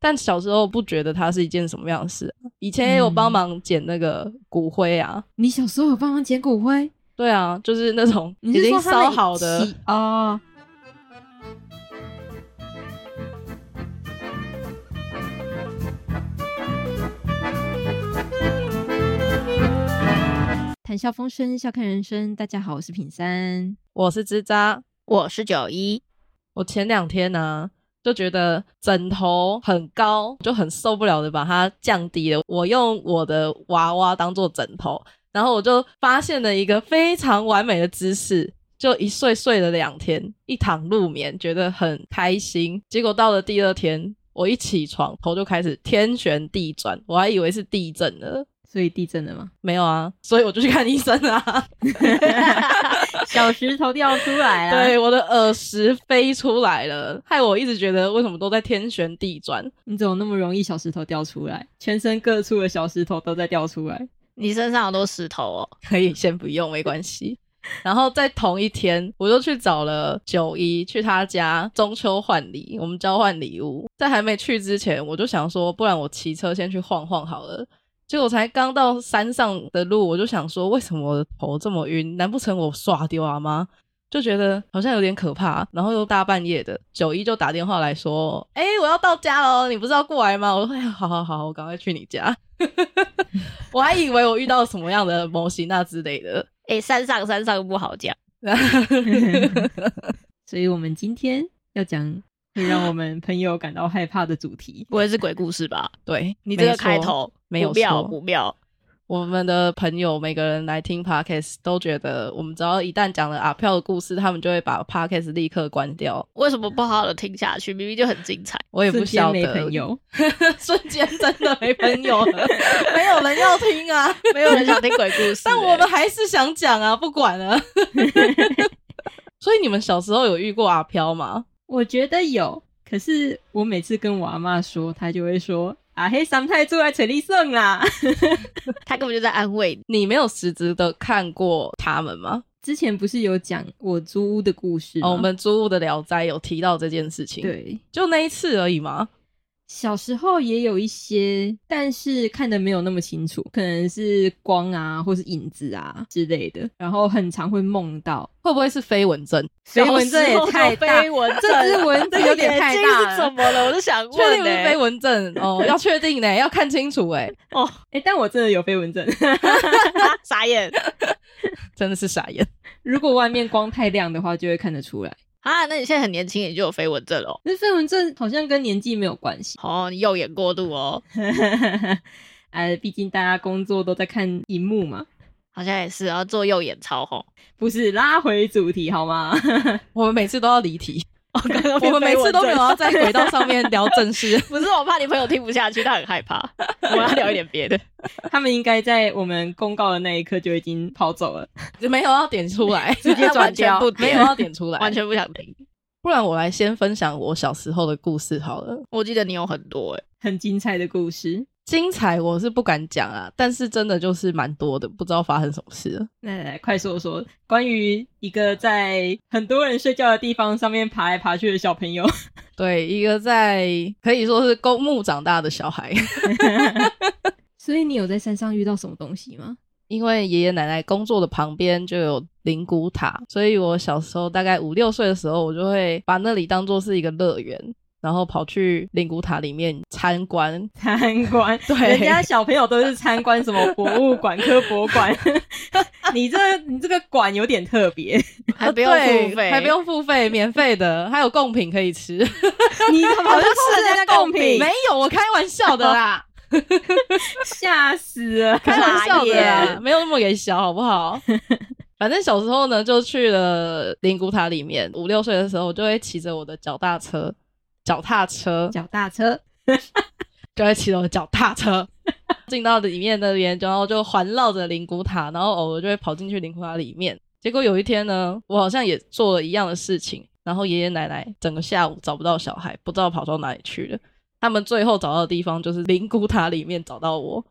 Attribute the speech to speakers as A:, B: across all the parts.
A: 但小时候不觉得它是一件什么样的事。啊以前也有
B: 嗯
A: 帮忙捡那个骨灰啊，
B: 你小时候有帮忙捡骨灰？
A: 对啊，就是那种
B: 你
A: 已
B: 是
A: 经
B: 说
A: 烧好的，
B: 哦？谈笑风生，笑看人生。大家好，我是品三。
A: 我是吱喳。
C: 我是九一，
A: 我前两天呢、就觉得枕头很高，就很受不了的把它降低了。我用我的娃娃当做枕头，然后我就发现了一个非常完美的姿势，就一睡睡了两天，一躺入眠，觉得很开心。结果到了第二天，我一起床头就开始天旋地转，我还以为是地震了。
B: 所以地震了吗？
A: 没有啊，所以我就去看医生啊。
B: 小石头掉出来啊了。，
A: 对，我的耳石飞出来了，害我一直觉得为什么都在天旋地转。
B: 你怎么那么容易小石头掉出来？全身各处的小石头都在掉出来。
C: 你身上好多石头哦。
A: 可以先不用，没关系。然后在同一天，我就去找了九一，去他家中秋换礼，我们交换礼物。在还没去之前，我就想说，不然我骑车先去晃晃好了。结果才刚到山上的路，我就想说，为什么我的头这么晕？难不成我耍丢啊吗？就觉得好像有点可怕，然后又大半夜的，九一就打电话来说：“哎、我要到家了，你不是要过来吗？”我说：“哎呀，好好好，我赶快去你家。” 我还以为我遇到什么样的模型那之类的，
C: 哎、山上山上不好讲，
B: 所以我们今天要讲会让我们朋友感到害怕的主题。
C: 不会是鬼故事吧？
A: 对
C: 你这
A: 没
C: 个
A: 错
C: 开头
A: 没有
C: 不妙
A: 错
C: 不妙，
A: 我们的朋友每个人来听 podcast 都觉得，我们只要一旦讲了阿票的故事，他们就会把 podcast 立刻关掉。
C: 为什么不好好的听下去？明明就很精彩。
A: 我也不
B: 瞬间
A: 晓得，
B: 没朋友，
A: 瞬间真的没朋友 了，没有人要听啊，
C: 没有人想听 鬼故事、欸
A: 但我们还是想讲啊，不管 了。所以你们小时候有遇过阿飘吗？
B: 我觉得有。可是我每次跟我阿妈说，她就会说：“啊嘿，三太住在水利胜啦。
C: 欸他根本就在安慰你。
A: 你没有实质的看过他们吗？”
B: 之前不是有讲我租屋的故事吗？
C: 啊
A: 哦，我们租屋的《聊斋》有提到这件事情，，
B: 对
A: 就那一次而已嘛。
B: 小时候也有一些，但是看的没有那么清楚，可能是光啊，或是影子啊之类的，然后很常会梦 到。
A: 会不会是飞蚊症？
B: 飞蚊症也太大
C: 小时候就飞蚊症，
B: 这只蚊子有点太大了
C: 这个眼睛是怎么了？我都 想
A: 确定
C: 问欸
A: 不
C: 呢、
A: 是飞蚊 症哦，要确定呢，要看清楚哎，
C: 哦，
B: 哎、但我真的有飞蚊症。
C: 傻眼
A: 真的是傻眼。
B: 如果外面光太亮的话，就会看得出来。
C: 啊！那你现在很年轻，你就有飞蚊症哦。
B: 那飞蚊症好像跟年纪没有关系。
C: 哦，你右眼过度哦，
B: 哎，毕竟大家工作都在看荧幕嘛。
C: 好像也是，然后做右眼超红。
B: 不是拉回主题好吗？
A: 我们每次都要离题，
C: 哦，刚 刚
A: 我们每次都没有要
C: 啊。
A: 在 轨道上面聊正事。
C: 不是我怕你朋友听不下去，他很害怕。我们要聊一点别 的。
B: 他们应该在我们公告的那一刻就已经跑走了。
A: 没有要点出来，
C: 直接转掉
A: 完全不没有要点出来，
C: 完。全不想听。
A: 不然我来先分享我小时候的故事好了。
C: 我记得你有很 多哎、
B: 很精彩的故事，
A: 精彩我是不敢讲啊，但是真的就是蛮多的，不知道发生什么事了。
B: 来来来，快说说关于一个在很多人睡觉的地方上面爬来爬去的小朋友。
A: 对，一个在可以说是公墓长大的小孩，
B: 所以你有在山上遇到什么东西吗？
A: 因为爷爷奶奶工作的旁边就有灵骨塔，所以我小时候大概五六岁的时候，我就会把那里当做是一个乐园，然后跑去灵骨塔里面参观。
B: 参 观，
A: 对
B: 人家小朋友都是参观什么博物馆、科博 馆，你这你这个馆有点特 别，
C: 还不用
A: 啊对
C: 付费，
A: 还不用付费，免费的，还有贡品可以吃。
B: 你他妈
C: 好像
B: 就是人
C: 人
B: 家
C: 家
B: 贡
C: 贡
B: 品
C: 品 哦
A: 没，有，我开玩笑的啦，
B: 吓死了！
A: 开玩笑的
C: 傻
A: 啦，
C: 眼
A: 没有那么给小，好不好？ 反正小时候呢，就去了灵骨塔里面。五六岁的时候，我就会骑着我的脚踏车，脚踏车
B: 脚踏车，
A: 就会骑着我的脚踏车 进到里面那边，然后就环绕着灵骨塔，然后偶尔就会跑进去灵骨塔里面。结果有一天呢，我好像也做了一样的事情，然后爷爷奶奶整个下午找不到小孩，不知道跑到哪里去了。他们最后找到的地方就是灵骨塔里面找到我，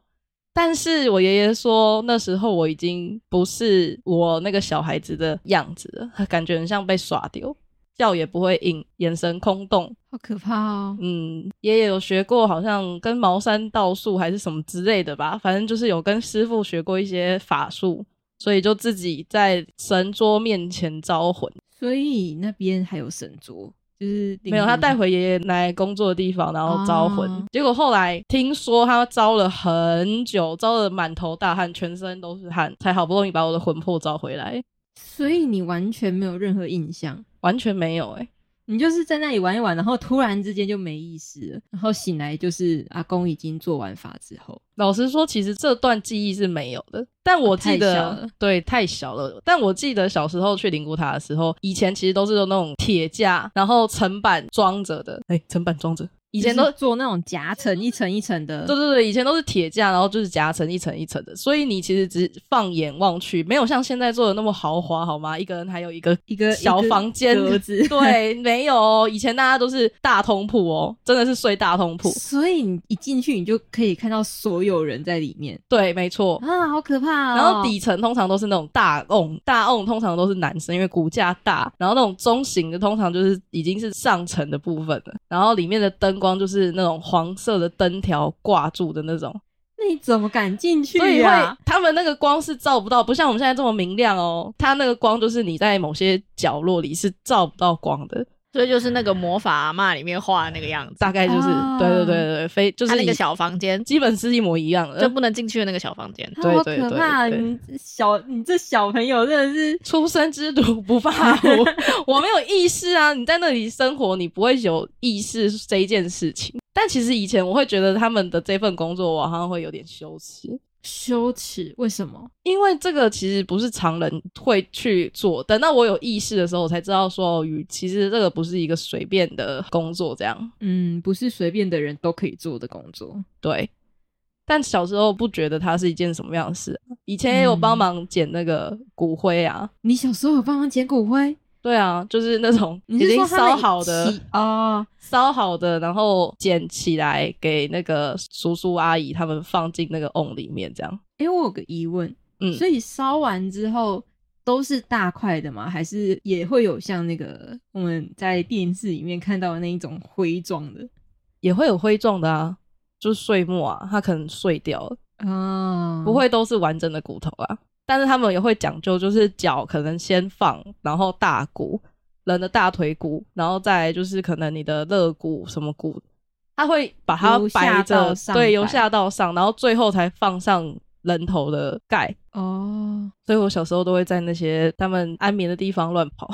A: 但是我爷爷说那时候我已经不是我那个小孩子的样子了，感觉很像被耍丢。觉也不会硬，眼神空洞。
B: 好可怕哦！
A: 嗯，爷爷有学过，好像跟茅山道术还是什么之类的吧，反正就是有跟师傅学过一些法术，所以就自己在神桌面前招魂。
B: 所以那边还有神桌，就是
A: 没有，他带回爷爷来工作的地方，然后招魂。
B: 哦
A: 结果后来听说他招了很久，招了满头大汗，全身都是汗，才好不容易把我的魂魄招回来。
B: 所以你完全没有任何印象，
A: 完全没有哎、
B: 你就是在那里玩一玩，然后突然之间就没意识了，然后醒来就是阿公已经做完法之后，
A: 老实说，其实这段记忆是没有的，但我记得、
B: 啊太小了
A: 对太小了。但我记得小时候去灵骨塔的时候，以前其实都是有那种铁架，然后层板装着的。哎、层板装着，以前都
B: 就是做那种夹层一层一层的，
A: 对对对，以前都是铁架，然后就是夹层一层一层的，所以你其实只放眼望去，没有像现在做的那么豪华，好吗？一个人还有一个
B: 一个
A: 小房间
B: 一个格子
A: 对，没有哦，以前大家都是大通铺哦，真的是睡大通铺。
B: 所以你一进去你就可以看到所有人在里面
A: 对，没错。
B: 啊，好可怕、哦！
A: 然后底层通常都是那种大瓮，大瓮通常都是男生，因为骨架大。然后那种中型的通常就是已经是上层的部分了。然后里面的灯光就是那种黄色的灯条挂住的那种，
B: 那你怎么敢进去啊
A: 所以会
B: 呀、
A: 他们那个光是照不到，不像我们现在这么明亮哦。它那个光就是你在某些角落里是照不到光的，
C: 所以就是那个魔法阿嬷里面画的那个样子，
A: 大概就是、
B: 啊
A: 对对对对对，非就是
C: 他那
A: 你
C: 个小房间
A: 基本是一模一样
C: 就
A: 的。
C: 不能进去的那个小房间。
B: 啊
A: 对
B: 好
A: 对
B: 可
A: 对
B: 怕！
A: 对
B: 你这小你这小朋友真的是
A: 出生之犊不怕虎，我没有意识啊！你在那里生活，你不会有意识这一件事情。但其实以前我会觉得他们的这份工作，我好像会有点羞耻，
B: 羞耻，为什么？
A: 因为这个其实不是常人会去做。等到我有意识的时候，我才知道说，哦，与其实这个不是一个随便的工作，这样
B: 嗯，不是随便的人都可以做的工作。
A: 对。但小时候不觉得它是一件什么样的事，啊以前也有帮忙捡那个骨灰啊，
B: 你小时候有帮忙捡骨灰？
A: 对啊，就是那种
B: 你
A: 已
B: 是
A: 经
B: 说他们
A: 烧好的
B: 起哦，
A: 烧好的，然后捡起来给那个叔叔阿姨他们放进那个瓮里面，这样。
B: 哎、我有个疑问，
A: 嗯
B: 所以烧完之后都是大块的吗？还是也会有像那个我们在电视里面看到的那一种灰状的
A: 也会有灰状的啊，就是碎末啊，它可能碎掉了，
B: 啊？
A: 不会都是完整的骨头啊。但是他们也会讲究，就是脚可能先放，然后大骨，人的大腿骨，然后再来就是可能你的肋骨什么骨，他会把它
B: 由下
A: 摆着
B: 到，上
A: 对，由
B: 摆
A: 下到上，然后最后才放上人头的盖。
B: 哦，
A: 所以我小时候都会在那些他们安眠的地方乱跑。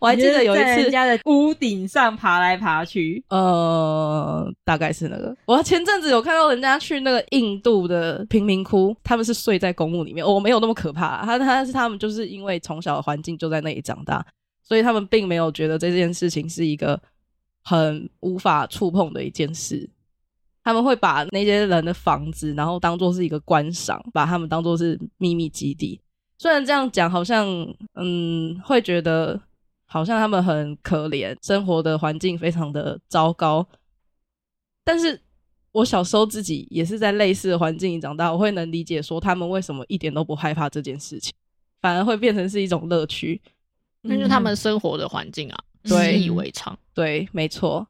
A: 我还记得有一
B: 你就是在人
A: 次，
B: 家的屋顶上爬来爬去，
A: 呃，大概是那个，我前阵子有看到人家去那个印度的贫民窟，他们是睡在公墓里面，我、没有那么可怕、他他是他们就是因为从小的环境就在那里长大，所以他们并没有觉得这件事情是一个很无法触碰的一件事。他们会把那些人的房子，然后当做是一个观赏，把他们当做是秘密基地。虽然这样讲，好像嗯，会觉得好像他们很可怜，生活的环境非常的糟糕。但是我小时候自己也是在类似的环境里长大，我会能理解说他们为什么一点都不害怕这件事情，反而会变成是一种乐趣。
C: 那就是他们生活的环境啊，
A: 对
C: 习以为常。
A: 对，没错，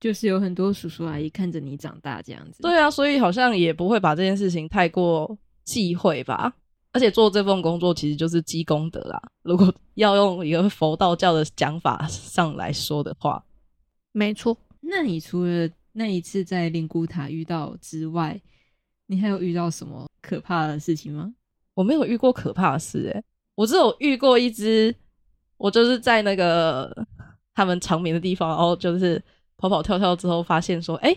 B: 就是有很多叔叔阿姨看着你长大这样子。
A: 对啊，所以好像也不会把这件事情太过忌讳吧。而且做这份工作其实就是积功德啦。如果要用一个佛道教的讲法上来说的话，
C: 没错，
B: 那你除了那一次在灵骨塔遇到之外，你还有遇到什么可怕的事情吗？
A: 我没有遇过可怕的事、欸，我只有遇过一只，我就是在那个他们长眠的地方，然后就是跑跑跳跳之后，发现说，哎、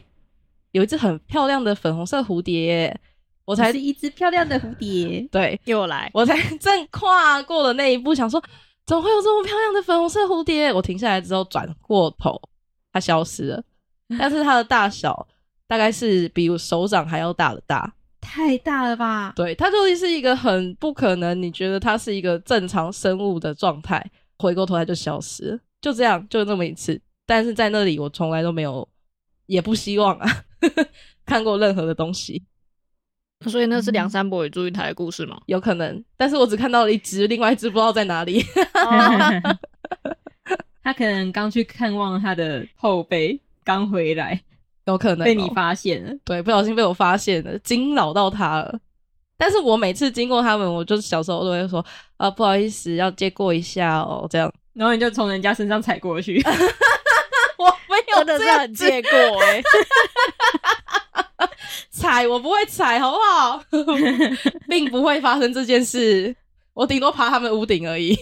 A: 有一只很漂亮的粉红色蝴蝶欸、我
B: 我
A: 才，
B: 是一只漂亮的蝴蝶
A: 对，
C: 又来，
A: 我才正跨过了那一步，想说怎么会有这么漂亮的粉红色蝴蝶？我停下来之后转过头，它消失了，但是它的大小大概是比我手掌还要大的大。
B: 太大了吧？
A: 对，它就是一个很不可能，你觉得它是一个正常生物的状态，回过头它就消失了，就这样，就那么一次。但是在那里，我从来都没有，也不希望啊， 看过任何的东西。
C: 所以那是梁山伯与祝英台的故事吗？哦
A: 有可能，但是我只看到了一只，另外一只不知道在哪里。
B: 他可能刚去看望他的后辈，刚回来
A: 有可能、哦
B: 被你发现了。
A: 对，不小心被我发现了，惊扰到他了。但是我每次经过他们，我就是小时候都会说啊，不好意思，要借过一下哦，这样。
B: 然后你就从人家身上踩过去，
A: 我没有
C: 真的
A: 这
C: 是
A: 样
C: 很结果哎、
A: 踩，我不会踩，好不好？ 并不会发生这件事，我顶多爬他们屋顶而已。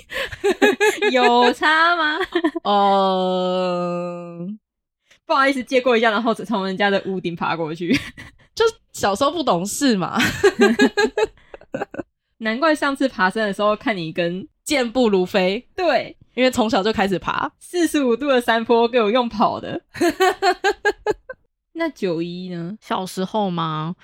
B: 有差吗？
A: 呃，
B: 不好意思，借过一下，然后只从人家的屋顶爬过去。
A: 就小时候不懂事嘛，
B: 难怪上次爬山的时候看你跟
A: 健步如飞，
B: 对
A: 因为从小就开始爬。
B: 四十五度的山坡给我用跑的。那九一呢？
C: 小时候吗？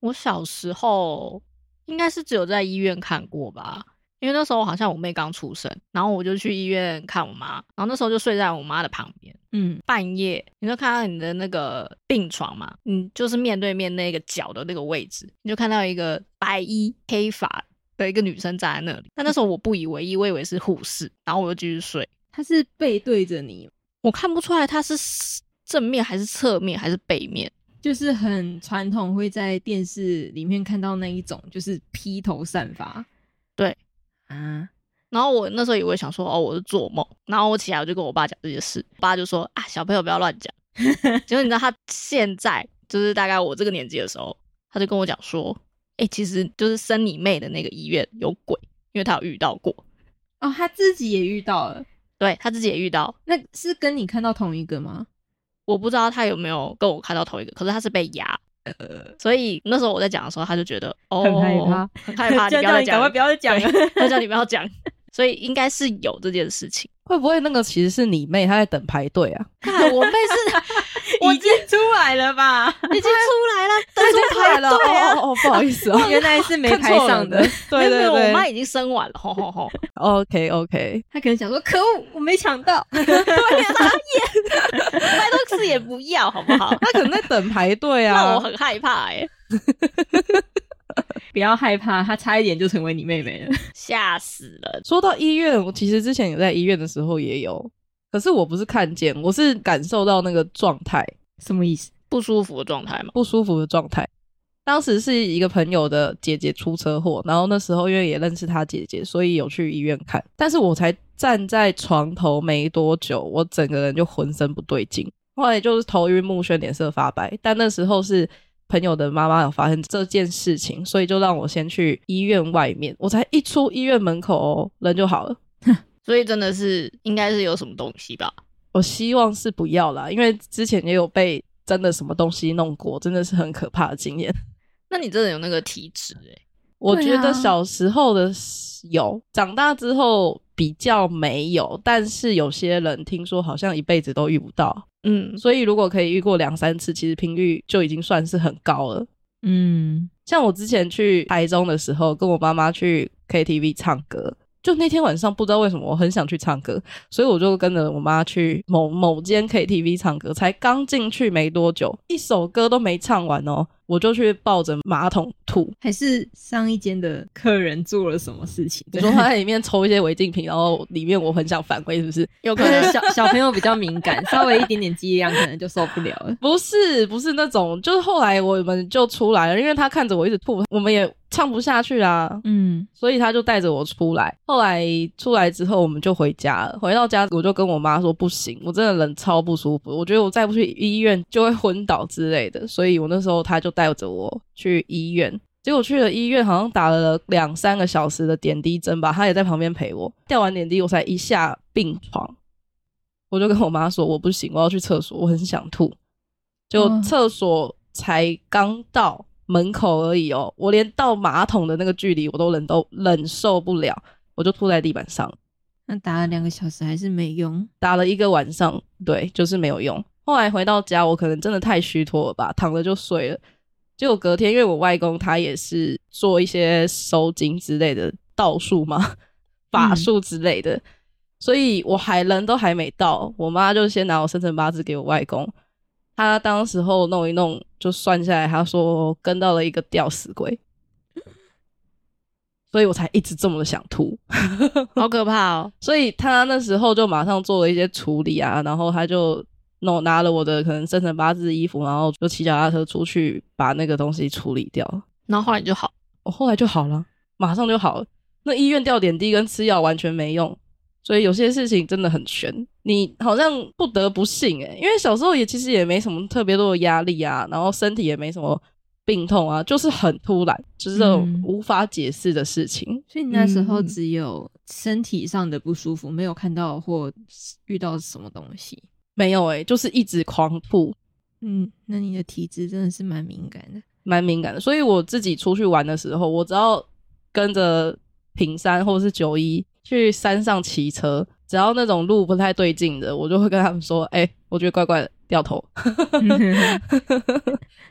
C: 我小时候应该是只有在医院看过吧，因为那时候好像我妹刚出生，然后我就去医院看我妈，然后那时候就睡在我妈的旁边。
B: 嗯，
C: 半夜你就看到你的那个病床嘛，你就是面对面那个脚的那个位置，你就看到一个白衣黑发的一个女生站在那里。但那时候我不以为意，我以为是护士，然后我就继续睡。
B: 他是背对着你，
C: 我看不出来她是正面还是侧面还是背面。
B: 就是很传统，会在电视里面看到那一种，就是披头散发。
C: 对
B: 啊，
C: 然后我那时候以为想说，哦，我是做梦。然后我起来我就跟我爸讲这件事，我爸就说啊，小朋友不要乱 讲。结果你知道他现在就是大概我这个年纪的时候，他就跟我讲说，哎、其实就是生你妹的那个医院有鬼，因为他有遇到过，
B: 哦，他自己也遇到了，
C: 对他自己也遇到。
B: 那是跟你看到同一个吗？
C: 我不知道他有没有跟我看到同一个，可是他是被压。所以那时候我在讲的时候，他就觉得哦，
B: 很害怕，
C: 呃很害 怕，你不要再讲了，
B: 要再讲
C: 对他叫你不要讲，所以应该是有这件事情。
A: 会不会那个其实是你妹，她在等排队啊？
C: 看我妹是
B: 已经出来了吧？
C: 已经出 来了，等出
A: 太
C: 来
A: 了，
C: 了。
A: 哦
C: 对啊
A: 哦哦，不好意思哦，
B: 原来是没排上的
A: 看。错
C: 没
A: 人
C: 有
A: 了对对
C: 没有，
A: 对，
C: 我 妈已经生完了，吼吼吼！
A: OK OK，
B: 他可能想说：“可恶，我没抢到。
C: 对呀，傻眼，拜托次也不要好不好？
A: 她 可能在等排队
C: 让
A: 啊
C: 我。很害怕哎、”
B: 不要害怕，他差一点就成为你妹妹了。
C: 吓死了！
A: 说到医院，我其实之前有在医院的时候也有，可是我不是看见，我是感受到那个状态
B: 什么意思？
C: 不舒服的状态嘛，
A: 不舒服的状态。当时是一个朋友的姐姐出车祸，然后那时候因为也认识她姐姐，所以有去医院看。但是我才站在床头没多久，我整个人就浑身不对劲，后来就是头晕目眩、脸色发白。但那时候是朋友的妈妈有发现这件事情，所以就让我先去医院外面。我才一出医院门口哦、人就好了。
C: 所以真的是应该是有什么东西吧？
A: 我希望是不要啦，因为之前也有被真的什么东西弄过，真的是很可怕的经验。
C: 那你真的有那个体质哎、
A: 我
B: 对
A: 觉
B: 啊
A: 得小时候的有，长大之后比较没有，但是有些人听说好像一辈子都遇不到，
C: 嗯，
A: 所以如果可以遇过两三次，其实频率就已经算是很高了。
B: 嗯，
A: 像我之前去台中的时候，跟我妈妈去 KTV 唱歌，就那天晚上不知道为什么我很想去唱歌，所以我就跟着我妈去某某间 KTV 唱歌。才刚进去没多久，一首歌都没唱完哦，我就去抱着马桶吐。
B: 还是上一间的客人做了什么事情？
A: 你说他在里面抽一些违禁品，然后里面我很想反胃，是不是？
C: 有可
B: 可 能
C: 能
B: 小小朋友比较敏 感，稍微一点点剂量可能就受不了了。
A: 不是，不是那种，就是后来我们就出来了，因为他看着我一直吐，我们也唱不下去啦。
B: 嗯，
A: 所以他就带着我出来。后来出来之后，我们就回家了。回到家，我就跟我妈说：“不行，我真的人超不舒服，我觉得我再不去医院就会昏倒之类的。”所以，我那时候他就带着我去医院。结果去了医院，好像打了两三个小时的点滴针吧，他也在旁边陪我。吊完点滴，我才一下病床，我就跟我妈说：“我不行，我要去厕所，我很想吐。”就
B: 嗯
A: 厕所才刚到门口而已哦，我连到马桶的那个距离我都忍都忍受不了，我就吐在地板上，
B: 那打了两个小时还是没用。
A: 打了一个晚上，对，就是没有用。后来回到家，我可能真的太虚脱了吧，躺着就睡了。结果隔天，因为我外公他也是做一些收精之类的道术嘛、 法术之类的，所以我还人都还没到，我妈就先拿我生辰八字给我外公，他当时候弄一弄就算下来，他说跟到了一个吊死鬼，所以我才一直这么的想吐。
C: 好可怕哦！
A: 所以他那时候就马上做了一些处理啊，然后他就弄拿了我的可能生辰八字的衣服，然后就骑脚踏车出去把那个东西处理掉。
C: 然后后来你就好，
A: 我后来就好了，马上就好了。那医院吊点滴跟吃药完全没用，所以有些事情真的很悬，你好像不得不信诶、因为小时候也其实也没什么特别多的压力啊，然后身体也没什么病痛啊，就是很突然，就是这种
C: 嗯
A: 无法解释的事情。
B: 所以你那时候
C: 嗯
B: 只有身体上的不舒服，没有看到或遇到什么东西。
A: 没有诶、就是一直狂吐，
B: 嗯，那你的体质真的是蛮敏感的。
A: 蛮敏感的，所以我自己出去玩的时候，我只要跟着平山或者是九一去山上骑车，只要那种路不太对劲的，我就会跟他们说：“哎、我觉得怪怪的，掉头。
B: 嗯”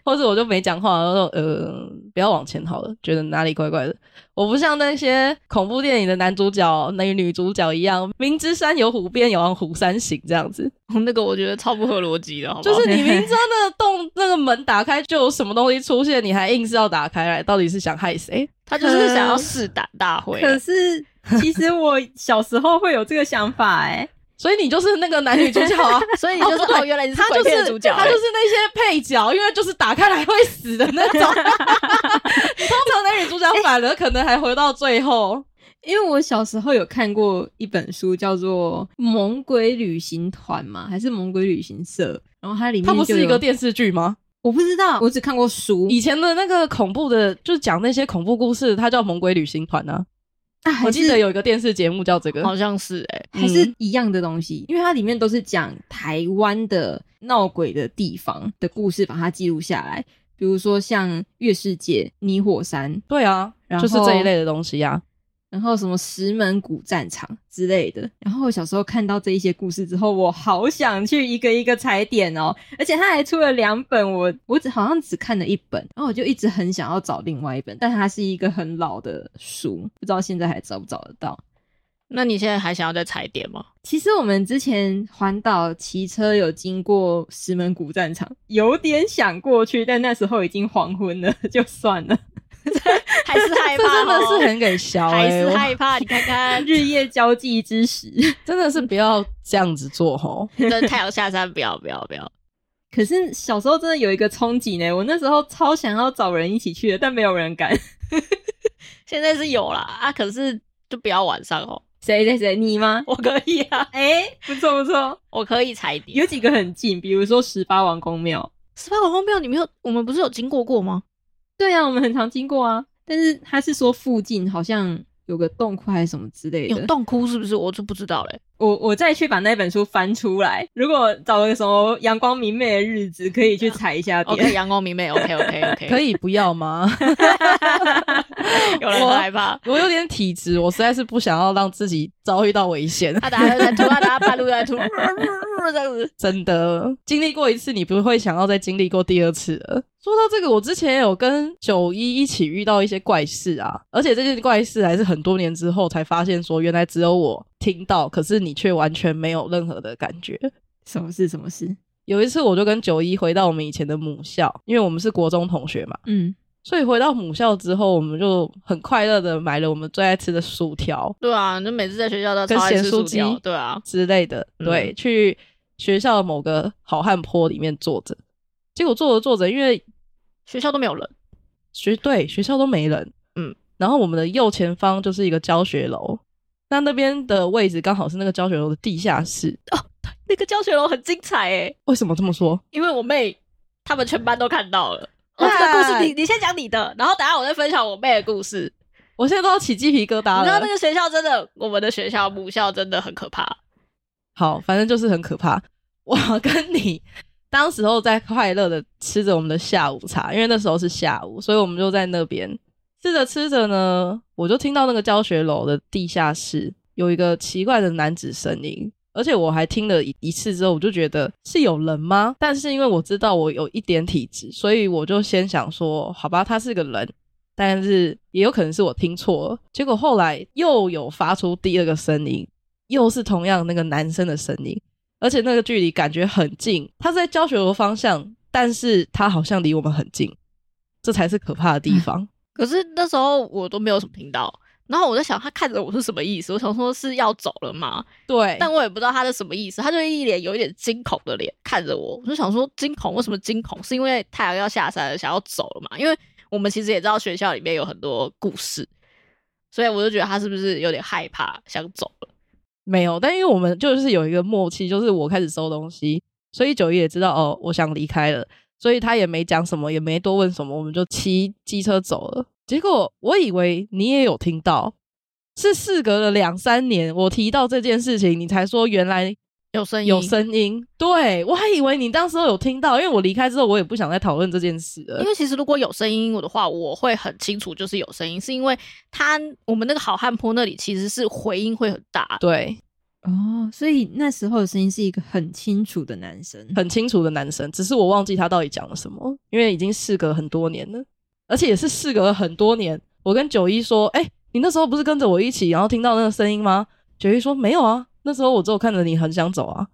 A: 或者我就没讲话，然后说：“呃，不要往前好了，觉得哪里怪怪的。”我不像那些恐怖电影的男主角、那女主角一样，明知山有虎变，有往虎山行这样子。
C: 那个我觉得超不合逻辑的，好不
A: 就
C: 好
A: 是你明知道那个洞、那个门打开就有什么东西出现，你还硬是要打开来，到底是想害谁？
C: 他就是想要试胆大会啊，
B: 可是其实我小时候会有这个想法、哎，
A: 所以你就是那个男女主角啊，
C: 所以你就说哦，原来你是
A: 他
C: 鬼
A: 就
C: 片
A: 是
C: 的主角欸，
A: 他就是那些配角，因为就是打开来会死的那种。通常男女主角反了，可能还回到最后。
B: 因为我小时候有看过一本书，叫做《猛鬼旅行团》嘛，还是《猛鬼旅行社》，然后它里面
A: 它不
B: 就是有
A: 一个，电视剧吗？
B: 我不知道，我只看过书。
A: 以前的那个恐怖的，就是讲那些恐怖故事，它叫《猛鬼旅行团》啊。
B: 啊还
A: 我记得嗯
B: 是
A: 有一个电视节目叫这个。
C: 好像是哎，
B: 还是一样的东西，因为它里面都是讲台湾的闹鬼的地方的故事，把它记录下来。比如说像月世界、泥火山，
A: 对啊，
B: 然
A: 就是
B: 后
A: 这一类的东西啊。
B: 然后什么石门古战场之类的。然后我小时候看到这一些故事之后，我好想去一个一个踩点哦。而且他还出了两本，我我只好像只看了一本，然后我就一直很想要找另外一本，但它是一个很老的书，不知道现在还找不找得到。
C: 那你现在还想要再踩点吗？
B: 其实我们之前环岛骑车有经过石门古战场，有点想过去，但那时候已经黄昏了， 就算了。
C: 还是 害
A: 这
C: 怕
A: 真
C: 哦，
A: 的是很给小
C: 还
A: 哎、
C: 是
A: 我
C: 害怕，你看 看，
B: 日夜交际之时，
A: 真的是不要这样子做吼。
C: 这太阳下山，不要不要不要，
B: 可是小时候真的有一个憧憬呢，我那时候超想要找人一起去的，但没有人敢。
C: 现在是有啦啊，可是就不要晚上哦，
B: 谁谁谁，你吗？
C: 我可以 啊，
B: 哎、不错不错，
C: 我可以踩点。
B: 有几个很近，比如说十八王公庙。
C: 十八王公庙，你没有，我们不是有经过过吗？
B: 对啊，我们很常经过啊。但是他是说附近好像有个洞窟还是什么之类
C: 有
B: 的。
C: 洞窟是不是？我就不知道嘞。
B: 我我再去把那本书翻出来，如果找个什么阳光明媚的日子，可以去踩一下点。
C: OK，阳光明媚，OK OK OK，
A: 可以不要吗？
C: 有人很害 怕。
A: 我有点体质，我实在是不想要让自己遭遇到危险。
C: 他打在吐，他打半路 在吐，这样子。
A: 真的，经历过一次，你不会想要再经历过第二次了。说到这个，我之前也有跟九一一起遇到一些怪事啊，而且这件怪事还是很多年之后才发现，说原来只有我听到，可是你却完全没有任何的感觉。
B: 什么事？什么事？
A: 有一次，我就跟九一回到我们以前的母校，因为我们是国中同学嘛，
B: 嗯，
A: 所以回到母校之后，我们就很快乐的买了我们最爱吃的薯条，
C: 对啊，就每次在学校都
A: 跟
C: 超爱
A: 咸
C: 吃薯
A: 酥鸡
C: 条。对啊，
A: 之类的，
C: 嗯
A: 对，去学校某个好汉坡里面坐着，结果坐着坐着，因为
C: 学校都没有人。
A: 学对学校都没人，
C: 嗯，
A: 然后我们的右前方就是一个教学楼，那那边的位置刚好是那个教学楼的地下室。
C: 那个教学楼很精彩欸诶，
A: 为什么这么说？
C: 因为我妹他们全班都看到了。
A: 哇
C: 哦，这个故事你你先讲你的，然后等下我再分享我妹的故事。
A: 我现在都要起鸡皮疙瘩
C: 你知道那
A: 了。
C: 个学校真的，我们的学校母校真的很可怕。
A: 好，反正就是很可怕。我跟你当时候在快乐的吃着我们的下午茶，因为那时候是下午，所以我们就在那边吃着吃着呢，我就听到那个教学楼的地下室有一个奇怪的男子声音，而且我还听了一一次之后，我就觉得是有人吗？但是因为我知道我有一点体质，所以我就先想说，好吧，他是个人。但是也有可能是我听错了，结果后来又有发出第二个声音，又是同样那个男生的声音，而且那个距离感觉很近，他是在教学楼方向，但是他好像离我们很近，这才是可怕的地方。
C: 可是那时候我都没有什么听到，然后我在想，他看着我是什么意思？我想说是要走了吗？
A: 对，
C: 但我也不知道他是什么意思，他就一脸有一点惊恐的脸看着我，我就想说惊恐为什么惊恐？是因为太阳要下山了，想要走了嘛？因为我们其实也知道学校里面有很多故事，所以我就觉得他是不是有点害怕，想走了？
A: 没有，但因为我们就是有一个默契，就是我开始收东西，所以九一也知道哦，我想离开了，所以他也没讲什么，也没多问什么，我们就骑机车走了。结果我以为你也有听到，是事隔了两三年，我提到这件事情，你才说原来
C: 有声音，
A: 有声音。对我还以为你当时候有听到，因为我离开之后，我也不想再讨论这件事了
C: 因。为其实如果有声音我的话，我会很清楚，就是有声音，是因为它我们那个好汉坡那里其实是回音会很大，
A: 对，
B: 哦，所以那时候的声音是一个很清楚的男生，
A: 很清楚的男生，只是我忘记他到底讲了什么，因为已经事隔很多年了，而且也是事隔了很多年。我跟九一说：“哎、你那时候不是跟着我一起，然后听到那个声音吗？”九一说：“没有啊，那时候我只有看着你，很想走啊。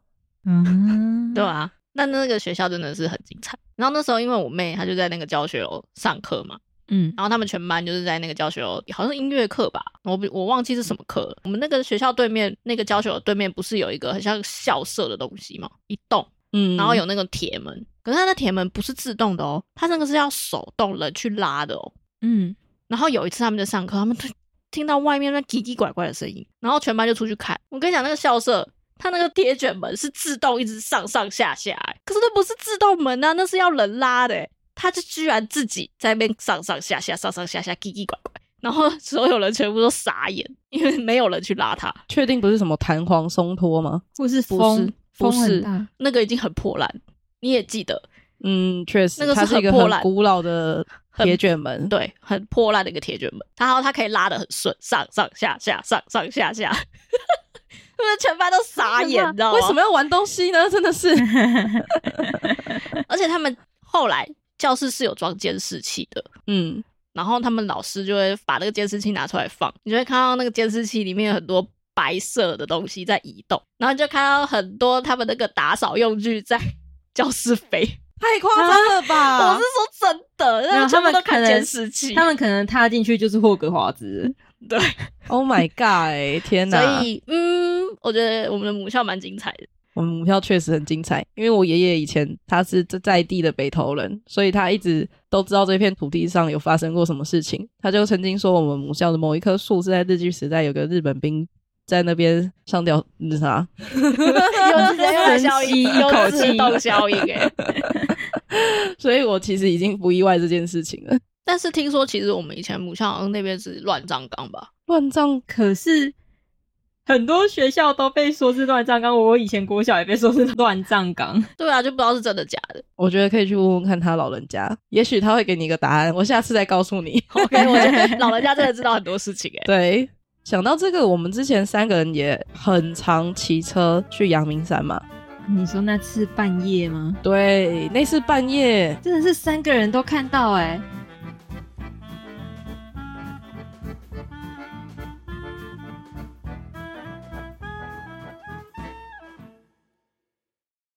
B: 嗯，
C: 对啊，那那个学校真的是很精彩。然后那时候因为我妹她就在那个教学楼上课嘛，
B: 嗯，
C: 然后他们全班就是在那个教学楼，好像是音乐课吧，我不我忘记是什么课了。我们那个学校对面那个教学楼对面不是有一个很像校舍的东西嘛，一栋，”
A: 嗯，
C: 然后有那个铁门，可是它那铁门不是自动的哦，它那个是要手动人去拉的哦。
B: 嗯，
C: 然后有一次他们在上课，他们 就听到外面那叽叽拐拐的声音，然后全班就出去看。我跟你讲，那个校舍，它那个铁卷门是自动一直上上下下、欸可是那不是自动门啊，那是要人拉的、欸。他就居然自己在那边上上下下、上上下下、叽叽拐拐，然后 所有人全部都傻眼，因为没有人去拉他，
A: 确定不是什么弹簧松脱吗？
B: 或是
C: 不
B: 风
C: 是，不
B: 风
C: 是
B: 很大，
C: 那个已经很破烂。你也记得，
A: 嗯，确实，
C: 那个是
A: 它是一个
C: 很破
A: 很
C: 烂
A: 古老的
C: 很
A: 铁卷门。
C: 对，很破烂的一个铁卷门，然后它可以拉的很顺，上上下下，上上下下， 他们全班都傻眼，你知道吗？
A: 为什么？要玩东西呢？真的 是，
C: 而且他们后来教室是有装监视器的，
A: 嗯，
C: 然后他们老师就会把那个监视器拿出来放，你就会看到那个监视器里面有很多白色的东西在移动，然后你就看到很多他们那个打扫用具在教室飞。
A: 太夸张了吧！
C: 啊我是说真的，
B: 然
C: 然
B: 后
C: 后
B: 他们
C: 都
B: 可
C: 看
B: 能
C: 监视器，
B: 他们可能踏进去就是霍格华兹，
C: 对，
A: Oh my god！、欸、天哪！
C: 所以嗯，我觉得我们的母校蛮精彩 的。
A: 我们母校确实很精彩，因为我爷爷以前他是在在地的北投人，所以他一直都知道这片土地上有发生过什么事情。他就曾经说，我们母校的某一棵树是在日据时代有个日本兵在那边上吊 那啥，
C: 有自动效应，
B: 深吸一口
C: 有
B: 气
C: 自动效应哎、
A: 所以我其实已经不意外这件事情了。
C: 但是听说其实我们以前母校好像那边是乱葬岗吧？
A: 乱葬
B: 可是很多学校都被说是乱葬岗，我以前国小也被说是乱葬岗。
C: 对啊，就不知道是真的假的。
A: 我觉得可以去问问看他老人家，也许他会给你一个答案。我下次再告诉你。
C: OK，我觉得老人家真的知道很多事情哎、
A: 对，想到这个，我们之前三个人也很常骑车去阳明山嘛。
B: 你说那次半夜吗？
A: 对，那是半夜
B: 真的是三个人都看到哎、